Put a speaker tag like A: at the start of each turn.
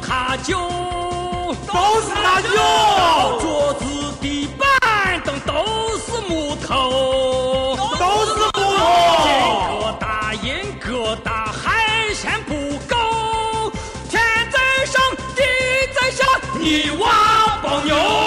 A: 他就
B: 都是他就
A: 桌子、地板凳都是木头，
B: 都是木
A: 钱
B: 头，
A: 疙瘩、盐疙瘩还嫌不够，天在上，地在下，你挖包牛。哎